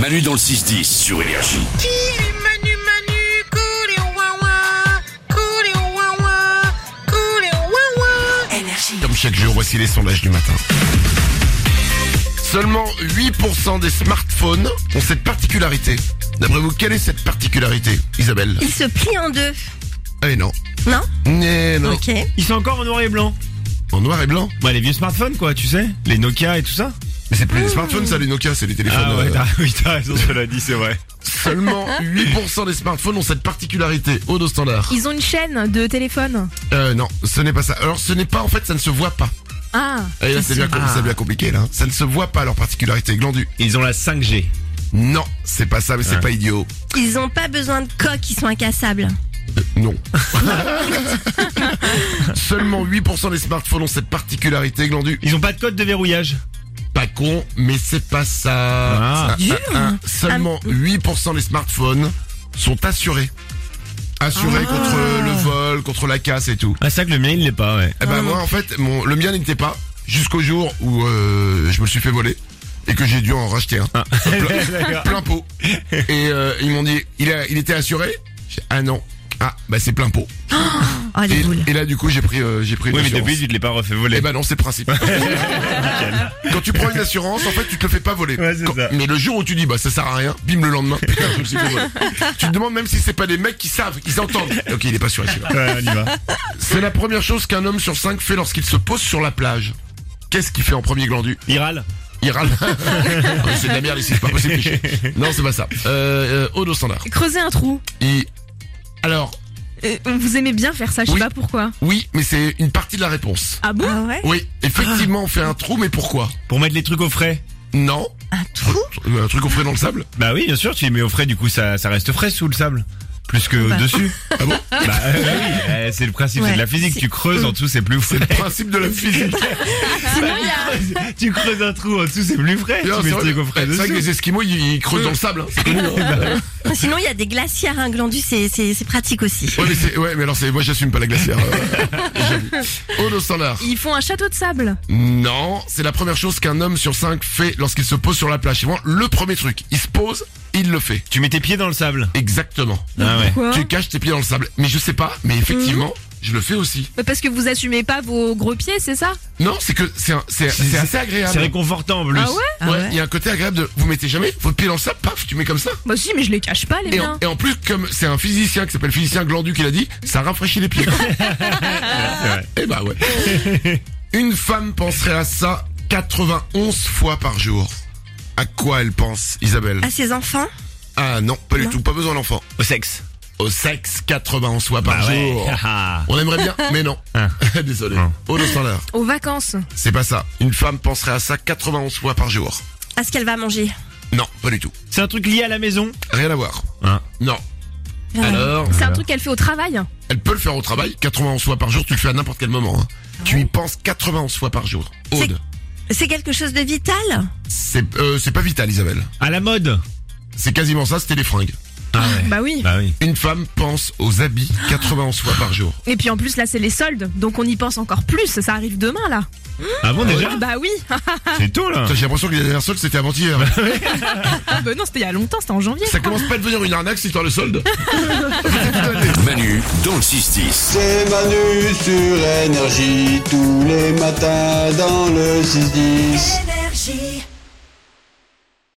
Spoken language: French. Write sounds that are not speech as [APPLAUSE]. Manu dans le 6-10 sur Énergie. Manu Manu, coulé wawa, coulé wawa, coulé wawa. Comme chaque jour, voici les sondages du matin. Seulement 8% des smartphones ont cette particularité. D'après vous, quelle est cette particularité, Isabelle Il se plie en deux. Eh non. Non Eh non. Ok. Ils sont encore en noir et blanc. En noir et blanc. Bah, les vieux smartphones, quoi, tu sais. Les Nokia et tout ça. Mais c'est plus les smartphones, ça, les Nokia, c'est les téléphones. Ah ouais, euh, t'as- [LAUGHS] oui, t'as raison, tu l'as dit, c'est vrai. [LAUGHS] Seulement 8% des smartphones ont cette particularité, au dos standard. Ils ont une chaîne de téléphone. Euh, non, ce n'est pas ça. Alors, ce n'est pas, en fait, ça ne se voit pas. Ah, Et là, c'est bien, com- c'est bien compliqué, là. hein. Ça ne se voit pas, leur particularité, glandu. Ils ont la 5G. Non, c'est pas ça, mais c'est Ouais. pas idiot. Ils ont pas besoin de coques, ils sont incassables. Euh, non. [LAUGHS] Seulement 8% des smartphones ont cette particularité, glandu. Ils ont pas de code de verrouillage. Pas con, mais c'est pas ça. Ah. Dur. Seulement 8% des smartphones sont assurés. Assurés contre le vol, contre la casse et tout. Ah, ça que le mien, il l'est pas, ouais. Eh ben moi en fait mon le mien n'était pas jusqu'au jour où euh, je me le suis fait voler et que j'ai dû en racheter un [LAUGHS] Ah. D'accord. plein pot et euh, ils m'ont dit il a il était assuré J'ai dit, ah non ah bah c'est plein pot Oh les et, boules. et là du coup j'ai pris euh, j'ai pris une Oui, mais assurance. depuis, tu te l'es pas refait Eh voler. ben non c'est le [LAUGHS] principe quand tu prends une assurance en fait tu te le fais pas voler Ouais, c'est Quand- ça. mais le jour où tu dis bah ça sert à rien bim le [LAUGHS] lendemain putain je me suis fait voler tu te demandes même si c'est pas des mecs qui savent qui s'entendent ok il est pas assuré celui-là. Ouais, on y [LAUGHS] va. c'est la première chose qu'un homme sur cinq fait lorsqu'il se pose sur la plage qu'est-ce qu'il fait en premier glandu Il râle. Il râle. [LAUGHS] Ah, c'est de la merde ici, c'est pas possible. Michel. Non, c'est pas ça. Euh, euh, au dos standard. creuser un trou. Il- Alors, Euh, vous aimez bien faire ça, je sais Oui. pas pourquoi. oui, mais c'est une partie de la réponse. Ah bon Ah ouais Oui, effectivement, on fait un trou, mais pourquoi Pour mettre les trucs au frais. Non. Un Oh, trou Un truc qu'on ferait dans le sable Bah oui, bien sûr, tu les mets au frais, du coup, ça, ça reste frais sous le sable. Plus que dessus. [LAUGHS] Ah bon bah, euh, bah oui, euh, c'est le principe, c'est de la Ouais, physique. c'est- Tu creuses en dessous, c'est plus frais. [LAUGHS] C'est le principe de la physique. Ah tu creuses un trou en dessous, c'est plus frais. Non, c'est tu mets le vrai, truc au frais c'est vrai que dessus. les Esquimaux, ils, ils creusent dans le sable. hein, c'est connu, hein. Sinon il y a des glacières, hein, glandus, c'est c'est- c'est pratique aussi. Ouais, mais, c'est- ouais, mais alors, c'est, moi, j'assume pas la glacière. euh, j'avoue. au dos standard. Ils font un château de sable. Non, c'est la première chose qu'un homme sur cinq fait lorsqu'il se pose sur la plage. C'est vraiment le premier truc. Il se pose, il le fait. Tu mets tes pieds dans le sable. Exactement. Ah ouais. Pourquoi Tu caches tes pieds dans le sable. Mais je sais pas, mais effectivement, je le fais aussi. Bah, Parce que vous assumez pas vos gros pieds, c'est ça Non, c'est que c'est un- c'est c'est assez C'est agréable. réconfortant en plus. Ah ouais Ouais, Ah ouais. il y a un côté agréable de vous mettez jamais votre pied dans le sable, paf, tu mets comme ça. Bah si, mais je les cache pas, les Et miens. en, et en plus, comme c'est un physicien qui s'appelle physicien Glandu qui l'a dit, ça rafraîchit les [LAUGHS] pieds. et bah ouais. Une femme penserait à ça 91 fois par jour. À quoi elle pense, Isabelle À ses enfants Ah non, pas du Non. tout, pas besoin d'enfant. Au sexe. Au sexe, 91 fois par Bah ouais. jour. On aimerait bien, mais non. Ah. [LAUGHS] Désolé. Ah. Au dos standard. Aux vacances. C'est pas ça. Une femme penserait à ça 91 fois par jour. À ce qu'elle va manger. Non, pas du tout. [LAUGHS] c'est un truc lié à la maison. Rien à voir. Hein. Non. Ah. Alors, C'est un truc qu'elle fait au travail. elle peut le faire au travail 91 fois par jour, tu le fais à n'importe quel moment. hein. Tu y penses 91 fois par jour. Aude, C'est quelque chose de vital c'est euh, c'est pas vital Isabelle. À la mode. C'est quasiment ça, c'était les fringues. Ah ouais. Bah oui. Bah oui. Une femme pense aux habits 91 fois par jour. Et puis en plus, là, c'est les soldes. Donc on y pense encore plus. Ça arrive demain, là. Ah bon déjà Bah oui. [LAUGHS] C'est tôt là. Putain, J'ai l'impression que les dernières soldes c'était avant-hier. Ah bah non, c'était il y a longtemps, c'était en janvier. ça commence pas à devenir une arnaque cette histoire de solde. Manu dans le 6-10. C'est Manu sur énergie tous les matins dans le 6-10. Énergie.